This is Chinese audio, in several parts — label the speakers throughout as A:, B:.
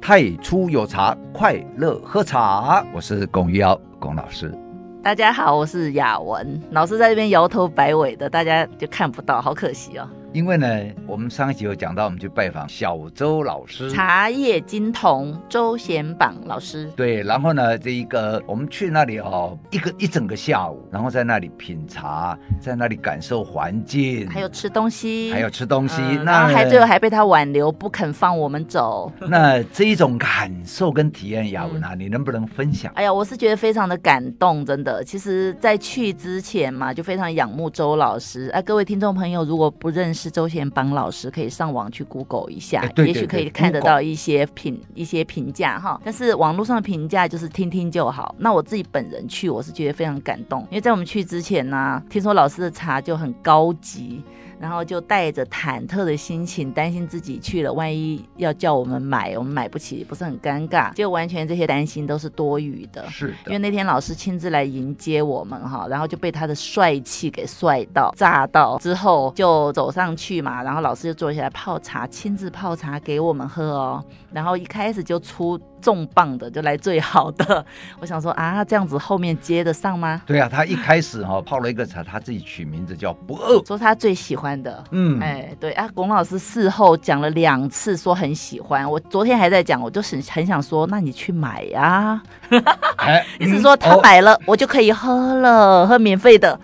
A: 太初有茶，快乐喝茶。我是龚玉瑶，龚老师。
B: 大家好，我是雅文老师，在这边摇头摆尾的，大家就看不到，好可惜哦。
A: 因为呢，我们上一集有讲到，我们去拜访小周老师。
B: 茶叶金童周贤榜老师，
A: 对，然后呢，这一个我们去那里哦，一个一整个下午，然后在那里品茶，在那里感受环境，
B: 还有吃东西，
A: 嗯还有吃东西，
B: 嗯然
A: 那
B: 后还最后还被他挽留，不肯放我们走。
A: 那这一种感受跟体验，雅文
B: 嗯
A: 啊，你能不能分享？
B: 哎呀，我是觉得非常的感动，真的。其实，在去之前嘛，就非常仰慕周老师。啊，各位听众朋友，如果不认识周贤邦老师，可以上网去 Google 一下，
A: 哎对对
B: 也许可
A: 对
B: 以看得
A: Google
B: 到一些评一些评价哈。但是网络上的评价就是听听就好。那我自己本人去，我是觉得非常感动，因为在我们去之前呢、听说老师的茶就很高级。然后就带着忐忑的心情，担心自己去了，万一要叫我们买，我们买不起，不是很尴尬？就完全这些担心都是多余的。
A: 是
B: 因为
A: 的，
B: 那天老师亲自来迎接我们哈，然后就被他的帅气给帅到、炸到，之后就走上去嘛，然后老师就坐下来泡茶，亲自泡茶给我们喝哦，然后一开始就出重磅的，就来最好的，我想说啊，这样子后面接得上吗？
A: 对啊，他一开始哈、哦、泡了一个茶，他自己取名字叫不饿。
B: 说他最喜欢的，
A: 嗯，
B: 哎，对啊，龚老师事后讲了两次，说很喜欢。我昨天还在讲，我就是很想说，那你去买呀、
A: 哎，
B: 意思
A: 嗯
B: 说他
A: 哦
B: 买了，我就可以喝了，喝免 费的，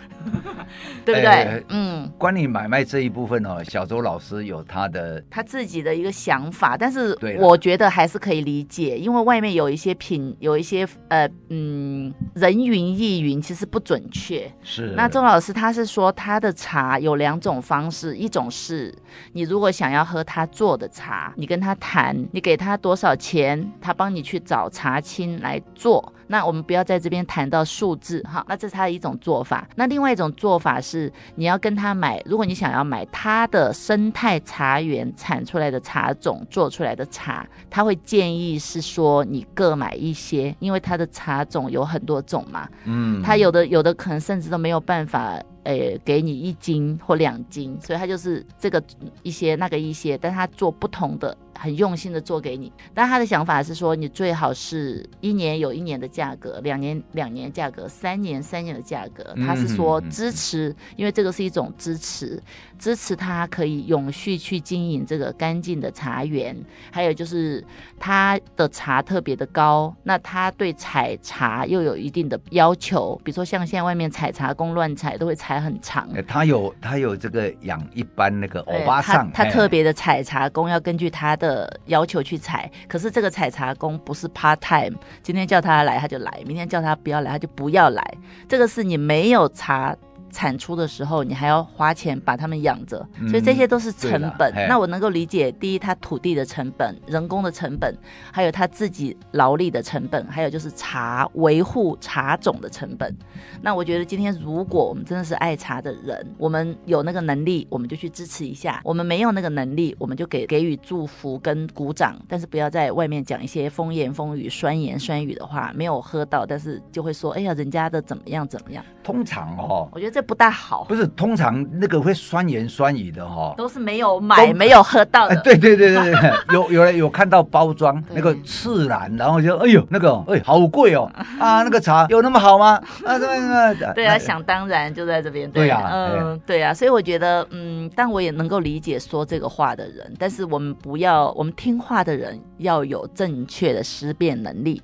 B: 对不对？
A: 哎
B: 嗯，
A: 关于买卖这一部分哦，小周老师有他的
B: 他自己的一个想法，但是
A: 对啦
B: 我觉得还是可以理解，因为外面有一些品，有一些呃嗯人云亦云，其实不准确。
A: 是
B: 那周老师他是说他的茶有两种方式，一种是你如果想要喝他做的茶，你跟他谈，你给他多少钱，他帮你去找茶青来做。那我们不要在这边谈到数字哈，那这是他的一种做法。那另外一种做法是，你要跟他买，如果你想要买他的生态茶园产出来的茶种做出来的茶，他会建议是说你各买一些，因为他的茶种有很多种嘛，
A: 嗯，
B: 他有的有的可能甚至都没有办法，诶、给你一斤或两斤，所以他就是这个一些那个一些，但他做不同的，很用心的做给你。但他的想法是说，你最好是一年有一年的价格，两年两年价格，三年三年的价格。
A: 嗯
B: 他是说
A: 嗯嗯
B: 支持，因为这个是一种支持，支持他可以永续去经营这个干净的茶园，还有就是他的茶特别的高，那他对采茶又有一定的要求，比如说像现在外面采茶工乱采，都会采很长。
A: 哎他有他有这个养一般那个欧
B: 对
A: 巴
B: 他
A: 桑，
B: 他
A: 哎
B: 特别的采茶工要根据他的要求去采，可是这个采茶工不是 part time，今天叫他来他就来，明天叫他不要来他就不要来，这个是你没有茶。产出的时候，你还要花钱把他们养着，所以这些都是成
A: 嗯对
B: 本
A: 啦嘿。
B: 那我能够理解，第一，他土地的成本、人工的成本，还有他自己劳力的成本，还有就是茶维护茶种的成本。那我觉得今天如果我们真的是爱茶的人，我们有那个能力，我们就去支持一下；我们没有那个能力，我们就给给予祝福跟鼓掌，但是不要在外面讲一些风言风语、酸言酸语的话。没有喝到，但是就会说：“哎呀，人家的怎么样怎么样。
A: 通常哦”，
B: 我觉得这不 大好
A: 不，是通常那个会酸言酸语的哈、哦。
B: 都是没有买、
A: 都
B: 没有喝到
A: 哎，
B: 的。
A: 对对对对对， 有有人有看到包装
B: 对
A: 那个赤蓝，然后就哎呦那个哎好贵 哦啊那个茶有那么好吗？啊对对对
B: 对啊，想当然就在这边。
A: 对啊
B: 嗯，对啊，所以我觉得，嗯，但我也能够理解说这个话的人，但是我们不要，我们听话的人要有正确的思辨能力，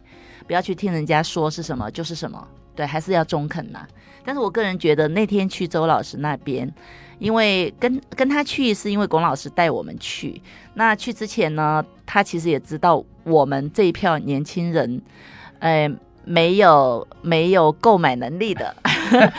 B: 不要去听人家说是什么就是什么，对，还是要中肯呐、但是我个人觉得那天去周老师那边，因为跟跟他去是因为龚老师带我们去，那去之前呢，他其实也知道我们这一票年轻人，呃，没有没有购买能力 的。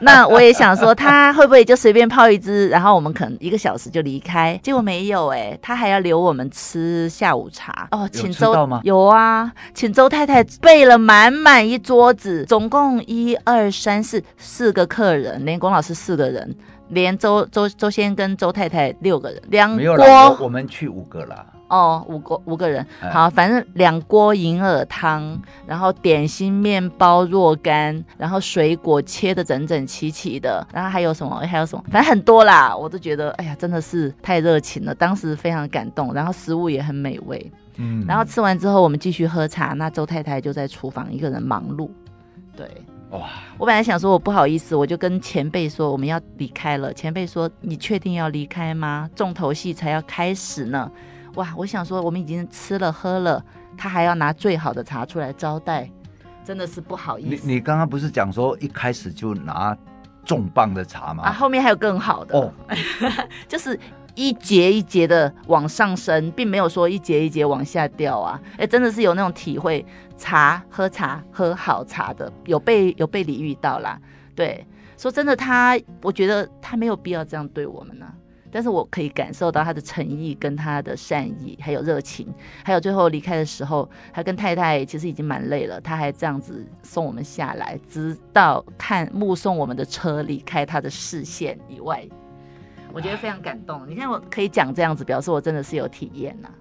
B: 那我也想说，他会不会就随便泡一支，然后我们可能一个小时就离开？结果没有哎、他还要留我们吃下午茶哦。请
A: 吃到吗
B: 周有啊，请周太太备了满满一桌子，总共一二三四四个客人，连龚老师四个人。连周周周先跟周太太六个人，两
A: 没有啦，我
B: 锅
A: 我们去五个啦。
B: 哦，五个五个人，
A: 哎
B: 好，反正两锅银耳汤，然后点心、面包若干，然后水果切的整整齐齐的，然后还有什么？哎还有什么？反正很多啦，我都觉得，哎呀，真的是太热情了，当时非常感动，然后食物也很美味。
A: 嗯，
B: 然后吃完之后，我们继续喝茶，那周太太就在厨房一个人忙碌。对
A: 哇，
B: 我本来想说我不好意思，我就跟前辈说我们要离开了。前辈说你确定要离开吗？重头戏才要开始呢。哇，我想说我们已经吃了喝了，他还要拿最好的茶出来招待，真的是不好意
A: 你
B: 思。
A: 你刚刚不是讲说一开始就拿重磅的茶吗？
B: 啊，后面还有更好的，
A: 哦，
B: 就是一节一节的往上升，并没有说一节一节往下掉啊。哎，真的是有那种体会，茶喝茶喝好茶的，有被有被礼遇到啦。对，说真的他，我觉得他没有必要这样对我们呢、啊但是我可以感受到他的诚意、跟他的善意，还有热情，还有最后离开的时候，他跟太太其实已经蛮累了，他还这样子送我们下来，直到看目送我们的车离开他的视线以外，我觉得非常感动。你看，我可以讲这样子，表示我真的是有体验啊呐、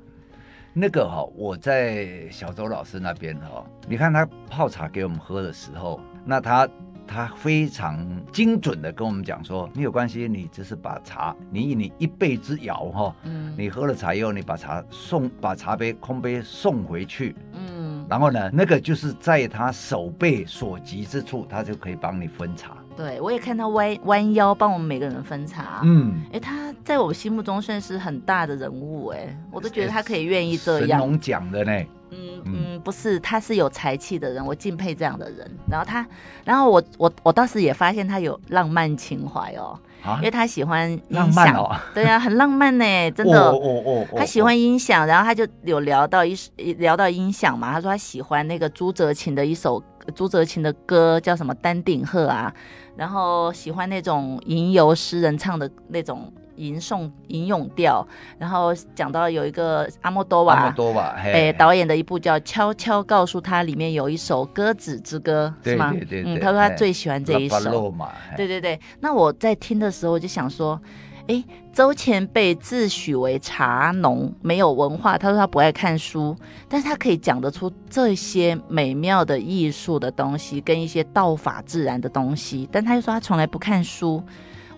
A: 那个哈、我在小周老师那边哈、你看他泡茶给我们喝的时候，那他他非常精准的跟我们讲说，没有关系，你只是把茶，你以你一辈之遥哈、
B: 嗯
A: 你喝了茶以后，你把茶送，把茶杯空杯送回去，
B: 嗯，
A: 然后呢，那个就是在他手背所及之处，他就可以帮你分茶。
B: 对我也看他弯弯腰帮我们每个人分茶。
A: 嗯，
B: 哎、他在我心目中算是很大的人物哎、我都觉得他可以愿意这
A: 神
B: 样。
A: 农讲的呢，
B: 嗯
A: 嗯
B: 嗯，不是，他是有才气的人，我敬佩这样的人。然后他，然后我我我倒是也发现他有浪漫情怀哦，
A: 啊
B: 因为，他喜欢音
A: 浪漫
B: 响
A: 哦，
B: 对啊，很浪漫呢、真的。
A: 哦哦哦哦
B: 他喜
A: 哦
B: 欢音响，然后他就有聊到一聊到音响嘛，他说他喜欢那个朱哲琴的一首朱哲琴的歌叫什么《丹顶鹤》啊，然后喜欢那种吟游诗人唱的那种吟诵吟咏调，然后讲到有一个阿莫多
A: 那么
B: 瓦。
A: 多哎吧，嘿
B: 诶，导演的一部叫《悄悄告诉他》，里面有一首《鸽子之歌》，
A: 对
B: 是吗？
A: 对对
B: 嗯，
A: 对
B: 他说他
A: 嘿
B: 最喜欢这一首。
A: 拉巴洛嘛，嘿
B: 对对对，那我在听的时候我就想说，诶，周前辈自诩为茶农，没有文化，他说他不爱看书，但是他可以讲得出这些美妙的艺术的东西，跟一些道法自然的东西，但他又说他从来不看书，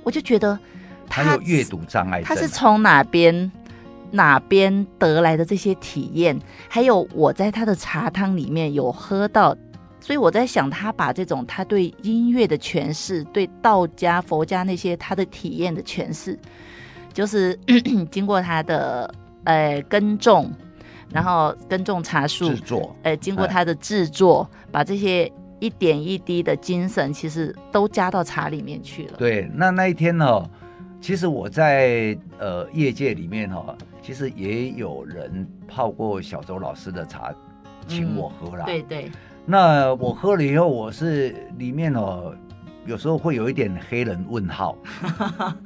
B: 我就觉得
A: 他有阅读障碍症啊，
B: 他是从哪边哪边得来的这些体验？还有我在他的茶汤里面有喝到，所以我在想，他把这种他对音乐的诠释，对道家、佛家那些他的体验的诠释，就是 经过他的呃耕种，然后耕种茶树
A: 制，作，
B: 呃，经过
A: 哎
B: 他的制作，把这些一点一滴的精神，其实都加到茶里面去了。
A: 对，那那一天呢、其实我在呃业界里面哈、其实也有人泡过小周老师的茶，请我喝啦。
B: 嗯对对，
A: 那我喝了以后，我是里面哦，有时候会有一点黑人问 号，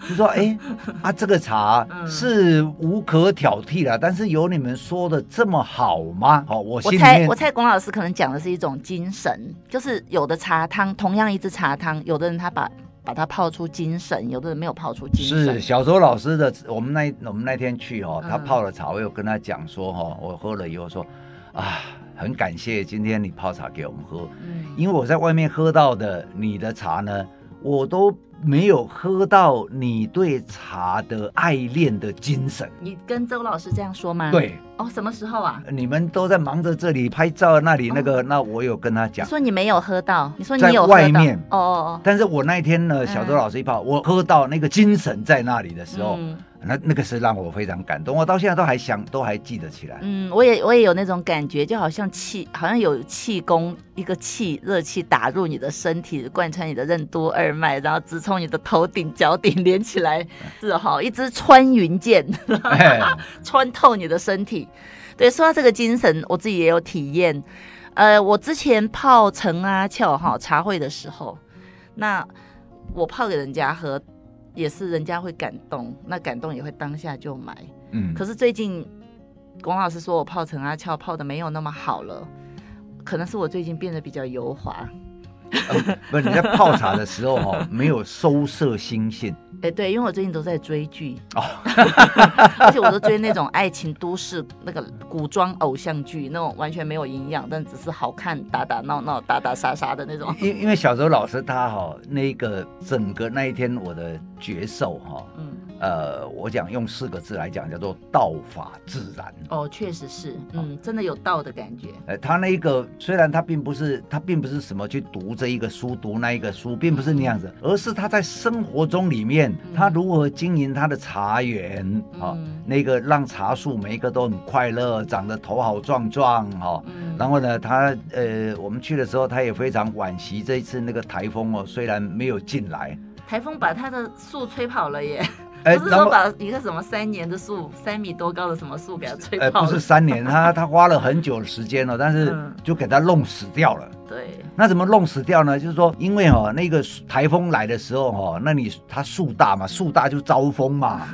A: 就说：“哎、啊，这个茶
B: 嗯
A: 是无可挑剔啦，但是有你们说的这么好吗？”哦，我
B: 我
A: 心里
B: 猜，
A: 面
B: 我猜龚老师可能讲的是一种精神，就是有的茶汤，同样一支茶汤，有的人他把把它泡出精神，有的人没有泡出精神。
A: 是小周老师的。我们那我们那天去哦，
B: 嗯
A: 他泡了茶，我有跟他讲说哦，我喝了以后说啊，很感谢今天你泡茶给我们喝，
B: 嗯，
A: 因为我在外面喝到的你的茶呢，我都没有喝到你对茶的爱恋的精神。
B: 你跟周老师这样说吗？。
A: 对，
B: 哦，什么时候啊？
A: 你们都在忙着这里拍照，那里那个，
B: 嗯
A: 那我有跟他
B: 你
A: 讲。
B: 说你没有喝到，你说你
A: 在
B: 有喝到。
A: 外面
B: 哦哦哦。
A: 但是我那一天呢，
B: 嗯
A: 小周老师一泡，我喝到那个精神在那里的时候，
B: 嗯
A: 那那个是让我非常感动，我到现在都还想，都还记得起来。
B: 嗯，我也我也有那种感觉，就好像气，好像有气功，一个气热气打入你的身体，贯穿你的任督二脉，然后直冲你的头顶、脚顶连起来，是哈、一支穿云箭。
A: 哎
B: 穿透你的身体。对，说到这个精神，我自己也有体验。呃，我之前泡陈阿俏哈茶会的时候，那我泡给人家喝，也是人家会感动，那感动也会当下就买。
A: 嗯，
B: 可是最近龚老师说我啊泡陈阿俏泡的没有那么好了，可能是我最近变得比较油滑。
A: 呃不是你在泡茶的 时候哦，没有收摄心性
B: 哎，对，因为我最近都在追剧，
A: 哦，
B: 而且我都追那种爱情都市那个古装偶像剧，那种完全没有营养，但只是好看，打打闹闹、打打杀杀的 那种。
A: 因因为小周老师他哈、那个整个那一天我的觉受哈、
B: 嗯，
A: 呃，我讲用四个字来讲叫做道法自然。
B: 哦，确实是，嗯，真的有道的感觉。
A: 呃，他那一个虽然他并不是他并不是什么去读这一个书读那一个书，并不是那样子，而是他在生活中里面
B: 嗯
A: 他如何经营他的茶园啊、
B: 嗯
A: 那个让茶树每一个都很快乐，长得头好壮壮哈、
B: 嗯，
A: 然后呢，他呃，我们去的时候，他也非常惋惜这一次那个台风哦，虽然没有进来，
B: 台风把它的树吹跑了耶，
A: 哎
B: 不是
A: 然
B: 说
A: 后
B: 把一个什么三年的树，三米多高的什么树给它吹
A: 呃
B: 跑
A: 不
B: 了。
A: 是三年， 他他花了很久的时间哦，但是
B: 嗯
A: 就给他弄死掉了。
B: 对，
A: 那怎么弄死掉呢？就是说，因为哦，那个台风来的时候哦，那你它树大嘛，树大就招风 嘛，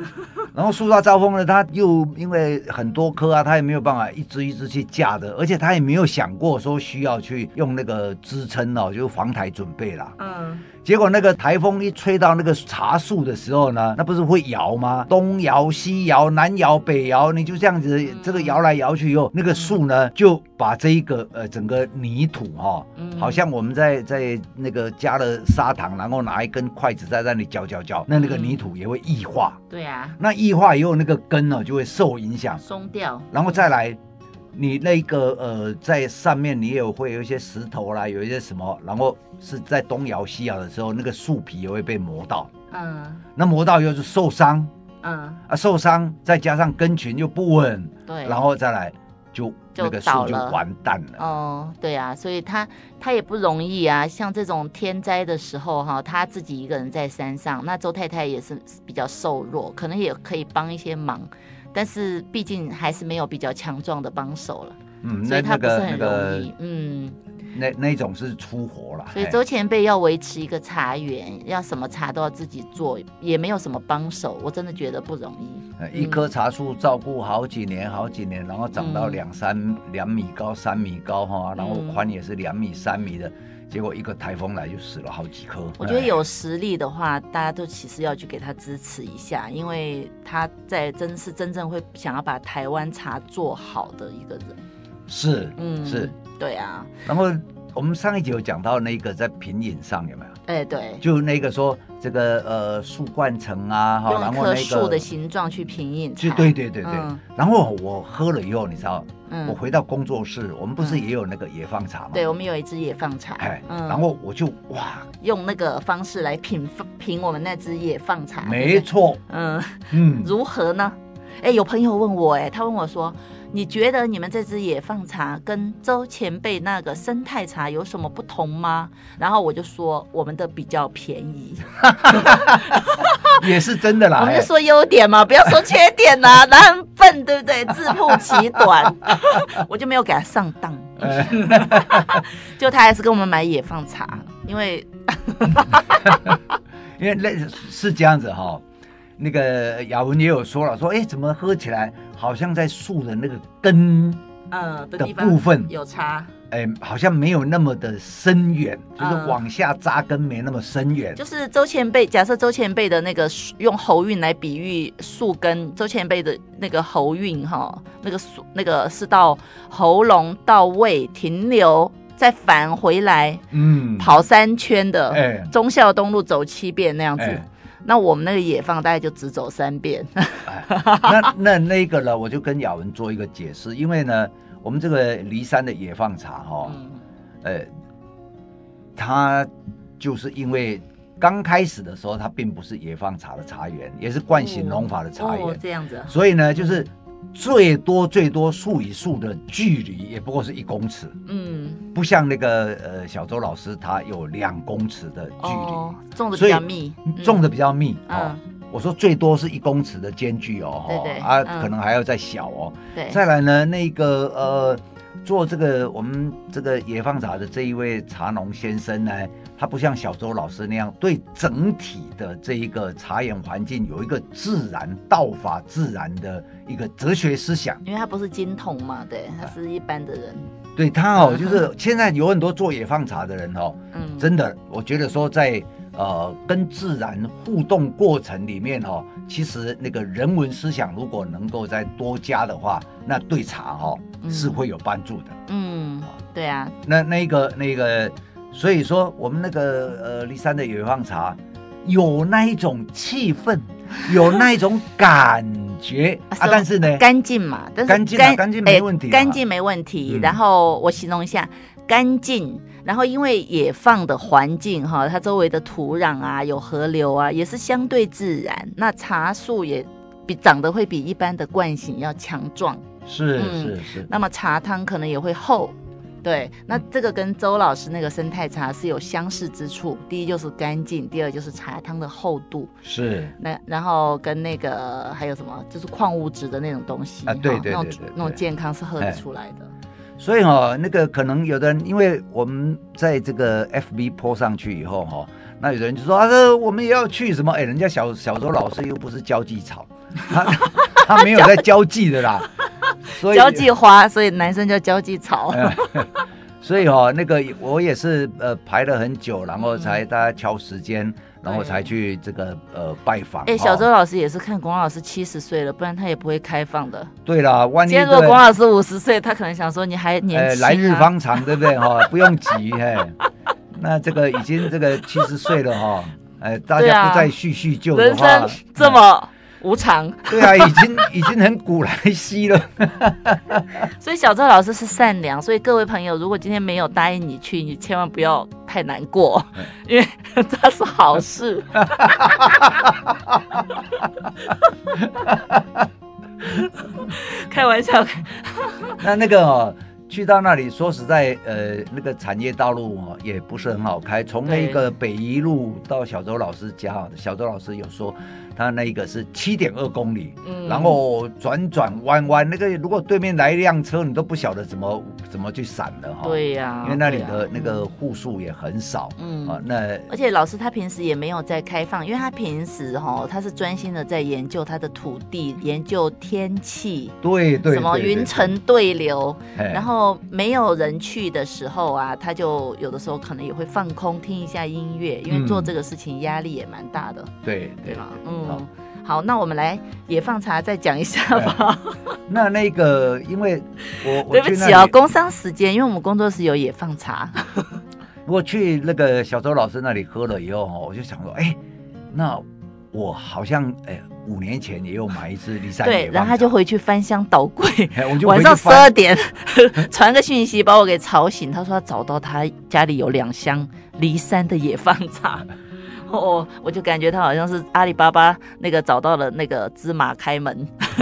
A: 然后树大招风呢，它又因为很多棵啊，它也没有办法一只一只去架的，而且它也没有想过说需要去用那个支撑哦，就是防台准备啦。
B: 嗯，
A: 结果那个台风一吹到那个茶树的时候呢，那不是会摇吗？东摇西摇，南摇北摇，你就这样子
B: 嗯
A: 这个摇来摇去以后，那个树呢就把这一个呃整个泥土哈、
B: 嗯
A: 好像我们在在那个加了砂糖，然后拿一根筷子在那里搅搅搅，那那个
B: 嗯
A: 泥土也会异化。
B: 对啊，
A: 那异化以后，那个根呢、就会受影响，
B: 松掉，
A: 然后再来，你那个呃，在上面你也会有一些石头啦，有一些什么，然后是在东摇西摇的时候，那个树皮也会被磨到，
B: 嗯
A: 那磨到又是受伤
B: 嗯，
A: 啊，受伤再加上根群又不稳，
B: 对，
A: 然后再来就
B: 就
A: 那个
B: 倒
A: 树就
B: 了
A: 完蛋了。
B: 哦，对啊，所以他他也不容易啊。像这种天灾的时候哈、他自己一个人在山上，那周太太也是比较瘦弱，可能也可以帮一些忙，但是毕竟还是没有比较强壮的帮手了，
A: 嗯，
B: 所
A: 那
B: 以他
A: 那
B: 不是
A: 个
B: 很
A: 那
B: 容
A: 个
B: 易。
A: 哎
B: 嗯，
A: 那那种是出活了。
B: 所以
A: 嘿
B: 周前辈要维持一个茶园，要什么茶都要自己做，也没有什么帮手，我真的觉得不容易。
A: 呃一棵茶树照顾好几年，好几年，然后长到
B: 嗯
A: 两三两米高、三米高哈，然后
B: 嗯
A: 宽也是两米、三米的，结果一个台风来就死了好几棵。
B: 我觉得
A: 哎
B: 有实力的话，大家都其实要去给他支持一下，因为他在真是真正会想要把台湾茶做好的一个人。
A: 是，
B: 嗯，
A: 是，
B: 对啊，
A: 然后我们上一集有讲到那个在平饮上有没有？
B: 哎、对，
A: 就那个说这个呃树冠层啊，哈，
B: 用
A: 然
B: 一
A: 后
B: 棵
A: 那
B: 树的
A: 个
B: 形状去品饮茶，
A: 就对，对对对
B: 嗯，
A: 然后我喝了以后，你知道，我
B: 嗯，
A: 回到工作室，我们不是
B: 嗯
A: 也有那个野放茶吗？
B: 对，我们有一支野放茶，
A: 哎，
B: 嗯，
A: 然后我就哇，
B: 用那个方式来品品我们那支野放茶，
A: 没错，
B: 嗯。
A: 嗯，
B: 如何呢？哎，有朋友问我，哎，他问我说，你觉得你们这支野放茶跟周前辈那个生态茶有什么不同吗？然后我就说，我们的比较便宜，
A: 也是真的啦。
B: 我们
A: 哎
B: 就说优点嘛，不要说缺点 呐、男人笨，对不对？自曝其短， 我就没有给他上当，
A: 哎
B: 就他还是跟我们买野放茶，因为
A: 因为那是这样子哈、那个雅文也有说了，说哎，怎么喝起来好像在树的那个根，
B: 呃的
A: 的
B: 地方
A: 部分
B: 有茶，
A: 哎，好像没有那么的深远，就是
B: 嗯
A: 往下扎根没那么深远。
B: 就是周前辈，假设周前辈的那个树用侯韵来比喻树根，周前辈的那个侯韵哈，那个树那个是到喉咙到胃停留，再返回来
A: 嗯，
B: 跑三圈的，
A: 哎
B: 忠孝东路走七遍那样子。
A: 哎
B: 那我们那个野放大概就只走三遍，
A: 那那那个呢，我就跟雅文做一个解释，因为呢，我们这个骊山的野放茶哈、
B: 嗯
A: 呃，它就是因为刚开始的时候，它并不是野放茶的茶园，也是惯行农法的茶园，
B: 哦这样子，
A: 所以呢，就是最多最多树与树的距离也不过是一公尺，
B: 嗯，
A: 不像那个呃小周老师他有两公尺的距离，
B: 哦，种的
A: 所
B: 比
A: 以
B: 较密，嗯
A: 种的比较密、哦
B: 嗯。
A: 我说最多是一公尺的间距哦，
B: 对
A: 哦
B: 对
A: 啊，
B: 嗯
A: 可能还要再小哦。
B: 对，
A: 再来呢，那个呃，做这个我们这个野放茶的这一位茶农先生呢，他不像小周老师那样对整体的这一个茶园环境有一个自然道法自然的一个哲学思想。
B: 因为他不是金童嘛，对，他是一般的人，
A: 对他哦，
B: 嗯哼
A: 就是现在有很多做野放茶的人哦，
B: 嗯，
A: 真的，我觉得说在呃跟自然互动过程里面哦，其实那个人文思想如果能够再多加的话，那对茶哦
B: 嗯
A: 是会有帮助的。
B: 嗯，对啊，
A: 那那个那个，所以说我们那个呃骊山的野放茶，有那一种气氛，有那一种感觉
B: 啊
A: 啊，但是呢，
B: 干净嘛，但是
A: 干净啊干净没
B: 哎
A: 问题啊
B: 干净没问题。
A: 嗯
B: 然后我形容一下，干净。然后因为野放的环境哈，它周围的土壤啊，有河流啊，也是相对自然。那茶树也比长得会比一般的惯性要强壮，
A: 是
B: 嗯
A: 是是，
B: 那么茶汤可能也会厚。对，那这个跟周老师那个生态茶是有相似之处。第一就是干净，第二就是茶汤的厚度。
A: 是
B: 那然后跟那个还有什么，就是矿物质的那种东西
A: 啊对
B: 哈
A: 对
B: 那
A: 对
B: 种
A: 对对
B: 那种健康是喝得
A: 哎
B: 出来的。
A: 所以哈、哦，那个可能有的人，因为我们在这个 FB 泼上去以后哈、那有的人就说啊，这我们也要去什么？哎，人家小小周老师又不是交际草，他他没有在交际的啦，所以哎
B: 交际花，所以男生叫交际草。
A: 所以哈、哦，那个我也是呃排了很久，然后才大家敲时间，然后才去这个呃拜访。
B: 哎，
A: 哈
B: 小周老师也是看龚老师七十岁了，不然他也不会开放的。
A: 啊对啦，万一
B: 今天如
A: 这
B: 果
A: 个
B: 龚老师五十岁，他可能想说你还年
A: 呃
B: 轻啊。
A: 来日方长，对不对哈、不用急 嘿。那这个已经这个七十岁了哈、哎，大
B: 对啊
A: 家不再叙叙旧的
B: 人
A: 话，
B: 生这么无常，
A: 哎对啊，已经已经很古来稀了。
B: 所以小周老师是善良。所以各位朋友，如果今天没有答应你去，你千万不要太难过，
A: 哎
B: 因为它是 好事。开玩笑，
A: 那那个哦，去到那里，说实在，呃，那个产业道路哦，也不是很好开。从那
B: 对
A: 个北一路到小周老师家哦，小周老师有说，他那一个是七点二公里，
B: 嗯
A: 然后转转弯弯，那个如果对面来一辆车，你都不晓得怎么怎么去闪的哈、
B: 对
A: 哦
B: 呀、
A: 因为那里
B: 对
A: 的
B: 呀
A: 那个户数也很少，
B: 嗯
A: 啊，那
B: 而且老师他平时也没有在开放，因为他平时哈、他是专心的在研究他的土地，研究天气，
A: 对对
B: 什么
A: 对对
B: 云层对流，
A: 嘿
B: 然后没有人去的时候啊，他就有的时候可能也会放空听一下音乐，因为
A: 嗯
B: 做这个事情压力也蛮大的，
A: 对对
B: 对吧？
A: 好
B: 嗯，好，那我们来野放茶再讲一下吧。
A: 那那个，因为我哎我
B: 对不
A: 去那
B: 起哦，
A: 里
B: 工商时间，因为我们工作室有野放茶。
A: 我去那个小周老师那里喝了以后哦，我就想说，哎，那我好像哎五年前也有买一支骊山野
B: 对，
A: 放
B: 然后他就
A: 茶
B: 回去翻箱倒柜，
A: 哎我就
B: 晚上
A: 回去
B: 十
A: 翻
B: 二点 传个讯息把我给吵醒，他说他找到他家里有两箱骊山的野放茶。 哦，我就感觉他好像是阿里巴巴那个找到了那个芝麻开门，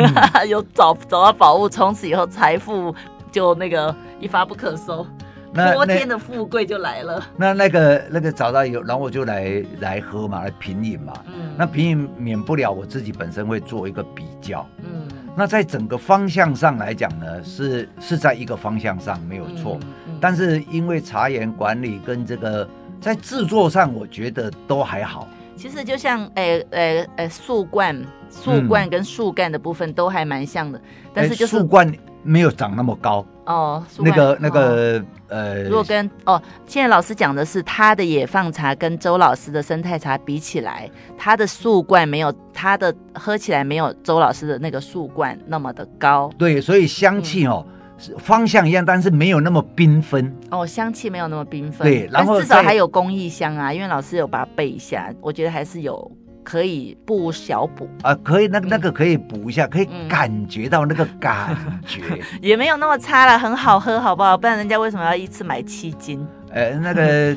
B: 有找找到宝物，从此以后财富就那个一发不可收，
A: 那
B: 泼天
A: 那
B: 的富贵就来了。
A: 那那个那个找到有，然后我就来来喝嘛，来品饮嘛。
B: 嗯，
A: 那品饮免不了我自己本身会做一个比较。
B: 嗯
A: 那在整个方向上来讲呢，是是在一个方向上没有错，，
B: 嗯
A: 但是因为茶园管理跟这个在制作上，我觉得都还好。
B: 其实就像诶诶诶树冠、树冠跟树干的部分都还蛮像的，但是
A: 哎
B: 就是
A: 嗯树冠没有长那么高，
B: 哦，树
A: 那
B: 冠
A: 个那。
B: 哦
A: 个、呃，
B: 如果跟哦，现在老师讲的是他的野放茶跟周老师的生态茶比起来，他的树冠没有他的喝起来没有周老师的那个树冠那么的高
A: 对，所以香气哦、
B: 嗯
A: 是方向一样，但是没有那么缤纷。
B: 哦，香气没有那么缤纷。
A: 对然后
B: 但至少
A: 再
B: 还有公益香啊，因为老师有把它备一下，我觉得还是有可以不无小补，
A: 啊，可以，那
B: 嗯
A: 那个可以补一下，可以
B: 嗯
A: 感觉到那个感 觉。
B: 也没有那么差了，很好喝，好不好？不然人家为什么要一次买七斤？
A: 呃，那个，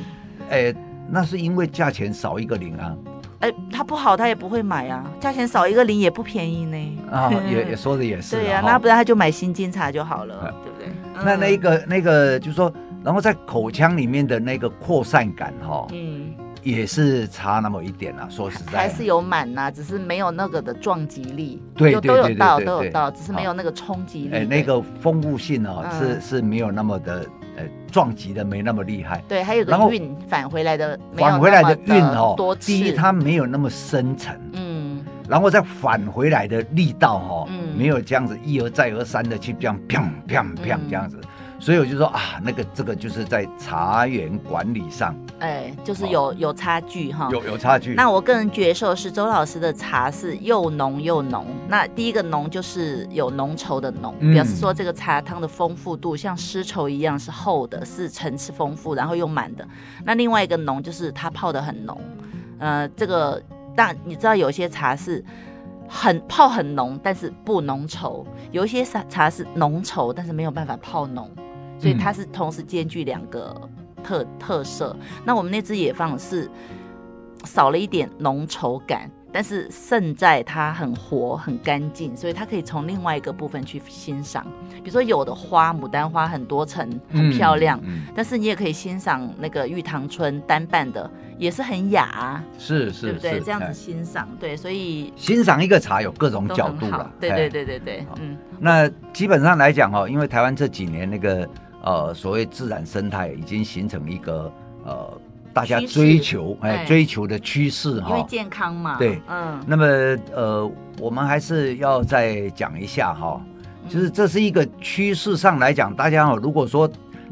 A: 呃，那是因为价钱少一个零啊，
B: 哎，它不好，他也不会买啊，价钱少一个零也不便宜呢。
A: 啊，也也说的也是啊。
B: 对呀、
A: 哈
B: 那不然他就买新金茶就好了，对不对？
A: 那那一
B: 嗯
A: 个那个，就是说，然后在口腔里面的那个扩散感哈、
B: 嗯，
A: 也是差那么一点啊。说实在的，
B: 还是有满呐、只是没有那个的撞击力，
A: 对
B: 就
A: 对
B: 都有
A: 对对
B: 到
A: 对
B: 都有
A: 对
B: 到，只是没
A: 好
B: 有那个冲击力。
A: 哎、那个丰富性哦，是
B: 嗯
A: 是没有那么的，呃，撞击的没那么厉害。
B: 对，还有个
A: 然后
B: 运返回来的，没有
A: 返回来
B: 那么
A: 的运哦
B: 多，次
A: 第一它没有那么深沉，
B: 嗯
A: 然后再返回来的力道哦，
B: 嗯
A: 没有这样子一而再而三的去这样砰砰砰
B: 嗯
A: 这样子，所以我就说啊，那个这个就是在茶园管理上
B: 哎，就是有有差距哈。
A: 有有差距。
B: 哦那我个人觉受是周老师的茶是又浓又浓。那第一个浓就是有浓稠的浓，
A: 嗯
B: 表示说这个茶汤的丰富度像丝绸一样是厚的，是层次丰富，然后又满的。那另外一个浓就是它泡的很浓，呃，这个但你知道有些茶是。很泡很浓，但是不浓稠；有一些茶茶是浓稠，但是没有办法泡浓，所以
A: 嗯
B: 它是同时兼具两个特特色。那我们那只野放是少了一点浓稠感，但是胜在它很活、很干净，所以它可以从另外一个部分去欣赏。比如说有的花，牡丹花很多层，很漂亮，
A: 嗯，嗯
B: 但是你也可以欣赏那个玉堂春单瓣的，也是很雅、啊，
A: 嗯是
B: 对
A: 是
B: 不对？
A: 是，
B: 这样子
A: 哎
B: 欣赏，对，所以
A: 欣赏一个茶有各种
B: 都
A: 角度
B: 很好
A: 了。
B: 对
A: 哎
B: 对对对对
A: 好，
B: 嗯，
A: 那基本上来讲哦，因为台湾这几年那个呃所谓自然生态已经形成一个呃大家
B: 趋势
A: 追求哎
B: 哎
A: 追求的趋势
B: 因为
A: 哈。
B: 健康嘛，
A: 对
B: 嗯，
A: 那么呃，我们还是要再讲一下哈，
B: 嗯
A: 就是这是一个趋势上来讲，大家哦，如果说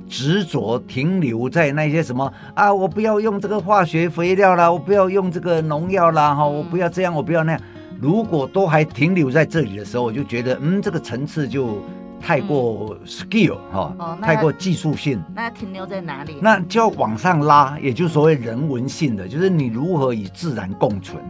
A: 执着停留在那些什么啊，我不要用这个化学肥料啦，我不要用这个农药啦，哈，
B: 嗯
A: 我不要这样，我不要那样。如果都还停留在这里的时候，我就觉得嗯，这个层次就太过 skill 哈、
B: 嗯哦那
A: 太过技术性。
B: 那停留在哪里？
A: 那就要往上拉，也就是所谓人文性的，就是你如何与自然共存。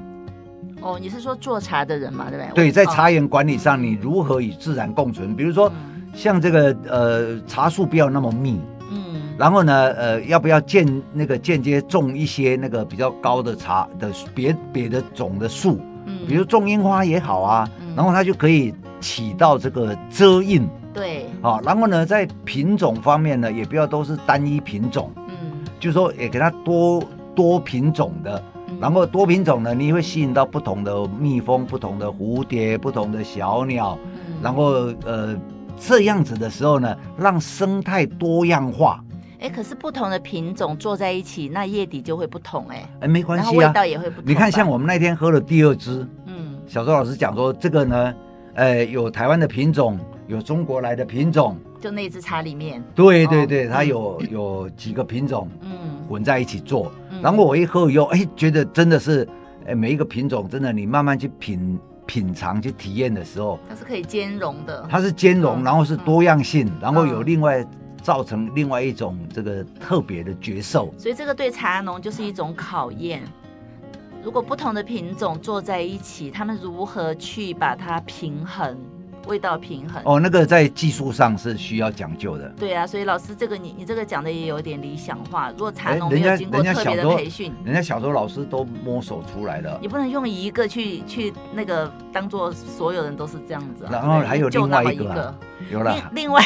B: 哦，你是说做茶的人嘛，对不对？
A: 对，
B: 我
A: 在
B: 哦
A: 茶园管理上，你如何与自然共存？比如说，
B: 嗯
A: 像这个呃，茶树不要那么密，
B: 嗯
A: 然后呢，呃，要不要间那个间接种一些那个比较高的茶的别别的种的树，
B: 嗯
A: 比如种樱花也好啊，
B: 嗯
A: 然后它就可以起到这个遮荫
B: 对，
A: 啊。然后呢，在品种方面呢，也不要都是单一品种，
B: 嗯，
A: 就是说也给它多多品种的。
B: 嗯
A: 然后多品种呢，你会吸引到不同的蜜蜂、不同的蝴蝶、不同的小鸟，
B: 嗯
A: 然后呃这样子的时候呢，让生态多样化，
B: 哎，可是不同的品种做在一起，那叶底就会不同哎，
A: 哎，没关
B: 然后
A: 系
B: 味
A: 啊。
B: 道也会不同吧。
A: 你看，像我们那天喝了第二支，
B: 嗯
A: 小周老师讲说这个呢，呃，有台湾的品种，有中国来的品种，，
B: 就那支茶里面，
A: 对
B: 哦
A: 对对，它有有几个品种
B: 嗯，
A: 混在一起做，
B: 嗯
A: 然后我一喝以后，哎，觉得真的是，哎，每一个品种真的你慢慢去品品尝去体验的时候。
B: 它是可以兼容的。
A: 它是兼容，
B: 嗯
A: 然后是多样性，然后有
B: 嗯
A: 另外造成另外一种这个特别的角色。
B: 所以这个对茶农就是一种考验。如果不同的品种做在一起，他们如何去把它平衡，味道平衡？
A: 哦，那个在技术上是需要讲究的。
B: 对啊，所以老师这个你你这个讲的也有点理想化。如果茶
A: 哎
B: 农
A: 人
B: 没
A: 家
B: 有经过
A: 人家
B: 特别的
A: 小时候
B: 培训，
A: 人家小时候老师都摸索出来了
B: 你，不能用一个去去那个当做所有人都是这样子、啊。
A: 然后
B: 对
A: 还有
B: 就
A: 另外
B: 那么
A: 一个啊有
B: 一
A: 了
B: 个，另另外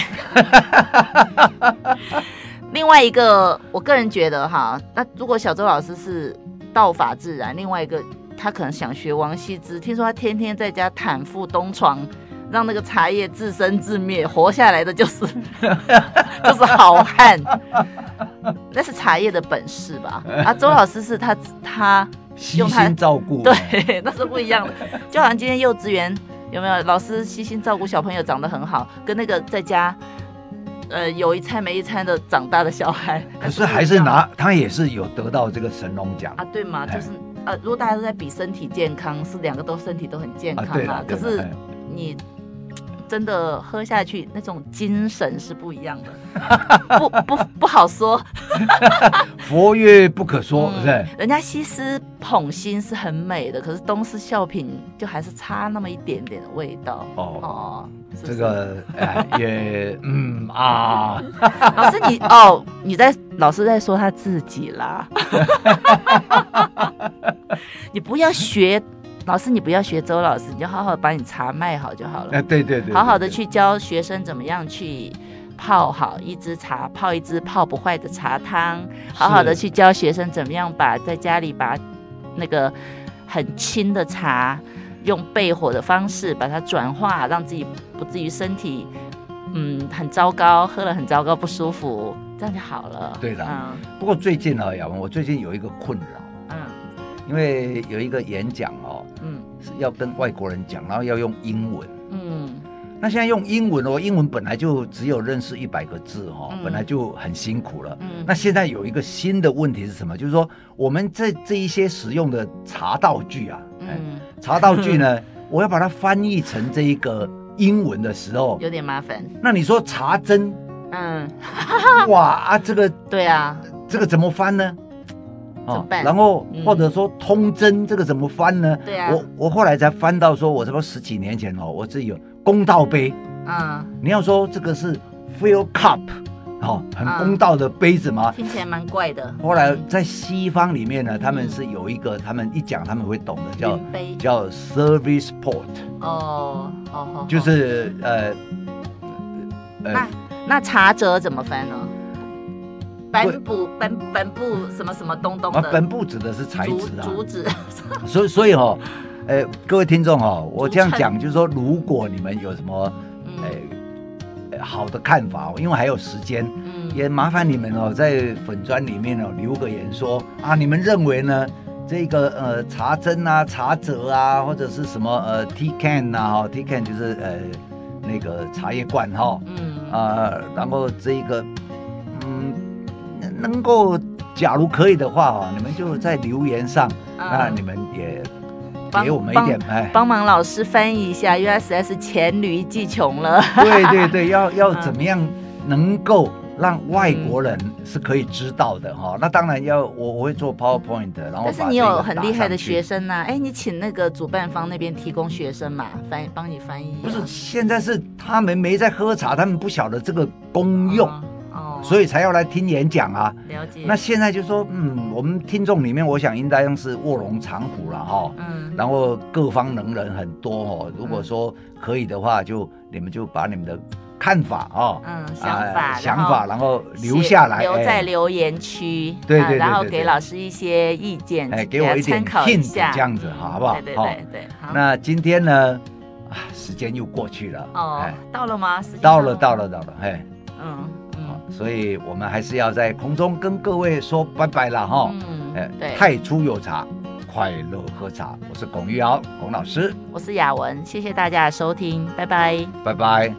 B: 另外一个，我个人觉得哈，那如果小周老师是道法自然，另外一个他可能想学王羲之，听说他天天在家袒腹东床。让那个茶叶自生自灭，活下来的就是 就是好汉，那是茶叶的本事吧？啊，周老师是他他
A: 悉
B: 用它
A: 心照顾。
B: 对， 那是不一样的。就好像今天幼稚园有没有老师悉心照顾小朋友长得很好，跟那个在家，呃，有一餐没一餐的长大的小孩，
A: 可
B: 那
A: 是
B: 不一
A: 还是
B: 样
A: 拿，他也是有得到这个神农奖
B: 啊，对嘛，
A: 哎
B: 就是呃，如果大家都在比身体健康，是两个都身体都很健
A: 啊
B: 康
A: 对
B: 啊
A: 了，，
B: 可
A: 对
B: 是
A: 了，哎
B: 你。真的喝下去，那种精神是不一样的， 不不不好说。
A: 佛曰不可说，
B: 嗯
A: 是不是？
B: 人家西施捧心是很美的，可是东施效颦就还是差那么一点点的味道。
A: 哦，
B: 哦，是不
A: 这
B: 是
A: 个哎也嗯 啊，
B: 老师你哦，你在老师在说他自己啦， 你不要学老师，你不要学周老师，你就好好把你茶卖好就好了，
A: 哎对对对对，
B: 好好的
A: 对
B: 去教学生怎么样去。泡好一支茶，泡一支泡不坏的茶汤，好好的
A: 是
B: 去教学生怎么样把在家里把那个很轻的茶，用焙火的方式把它转化，让自己不至于身体嗯很糟糕，喝了很糟糕不舒服，这样就好了。
A: 对的
B: 嗯
A: 不过最近啊，雅文，我最近有一个困扰。
B: 嗯
A: 因为有一个演讲哦，
B: 嗯
A: 是要跟外国人讲，然后要用英文。
B: 嗯
A: 那现在用英文哦，英文本来就只有认识一百个字哈、哦
B: 嗯，
A: 本来就很辛苦了。
B: 嗯
A: 那现在有一个新的问题是什么？就是说我们这这一些使用的茶道具啊，哎
B: 嗯，
A: 茶道具 呢，我要把它翻译成这一个英文的时候，
B: 有点麻烦。
A: 那你说茶针，
B: 嗯，
A: 哇啊，这个
B: 对啊，
A: 这个怎么翻呢？哦
B: 怎么办
A: 然后
B: 嗯
A: 或者说通针这个怎么翻呢？
B: 对啊
A: 我我后来才翻到说，我这个十几年前哦，我自己有公道杯，
B: 嗯，
A: 你要说这个是 fill cup，哦，很
B: 啊
A: 公道的杯子吗？
B: 听起来蛮怪的。
A: 后来在西方里面呢，他们
B: 嗯
A: 是有一个，他们一讲他们会懂的，叫
B: 云杯
A: 叫 service port，
B: 哦，好好，好
A: 就是呃
B: 那
A: 呃
B: 那茶则怎么翻呢？
A: 对
B: 本部本本部什么什么东东
A: 啊
B: 的，
A: 本部指的是材
B: 竹
A: 质啊，
B: 竹子，
A: 所以所以哦，呃，各位听众哦，我这样
B: 竹
A: 讲就是说，如果你们有什么呃
B: 嗯
A: 呃好的看法哦，因为还有时间，
B: 嗯，
A: 也麻烦你们哦，在粉砖里面哦留个言说啊，你们认为呢？这个呃茶针啊、茶则啊，或者是什么呃 tea can 啊，哈 tea can 就是呃那个茶叶罐哈、
B: 嗯
A: 啊、然后这一个嗯能够假如可以的话哦，你们就在留言上，那你们也
B: 啊帮
A: 给我们一
B: 帮
A: 点哎，
B: 帮忙老师翻译一下，因为他实在是黔驴技穷了。
A: 对对 对，要要
B: 嗯
A: 怎么样能够让外国人是可以知道的哈、那当然要我我会做 PowerPoint，然后
B: 但是
A: 把
B: 你
A: 这个
B: 有很
A: 打
B: 厉害
A: 上
B: 的
A: 去
B: 学。生呐、哎，你请那个主办方那边提供学生嘛，翻帮你翻译啊、
A: 不是，现在是他们没在喝茶，他们不晓得这个功用，
B: 哦哦，
A: 所以才要来听演讲啊。
B: 了解。
A: 那现在就说，嗯，我们听众里面，我想应当是卧龙藏虎了哈、
B: 嗯，
A: 然后各方能人很多哦，如果说可以的话，就你们就把你们的看法哦，
B: 嗯
A: 啊
B: 想法
A: 想
B: 然后
A: 法，然后
B: 写
A: 留下来，
B: 留在
A: 哎
B: 留言区，
A: 对
B: 啊
A: 对对
B: 然后
A: 对
B: 给
A: 对
B: 老师一些意见，
A: 哎
B: 给
A: 给我
B: 他
A: 一点
B: 参考一
A: hint，
B: 下，
A: 这样子
B: 嗯
A: 好不好
B: 对对
A: 好
B: 对对，好。
A: 那今天呢，啊，时间又过去了，
B: 哦
A: 哎，，
B: 到了吗？时间
A: 到了，到了，到了，哎，
B: 嗯
A: 好
B: 嗯
A: 所以我们还是要在空中跟各位说拜拜了哈，哎
B: 嗯，，对，
A: 太初有茶，快乐喝茶，我是龚玉瑶，龚老师，
B: 我是雅文，谢谢大家的收听，拜拜。
A: 拜拜。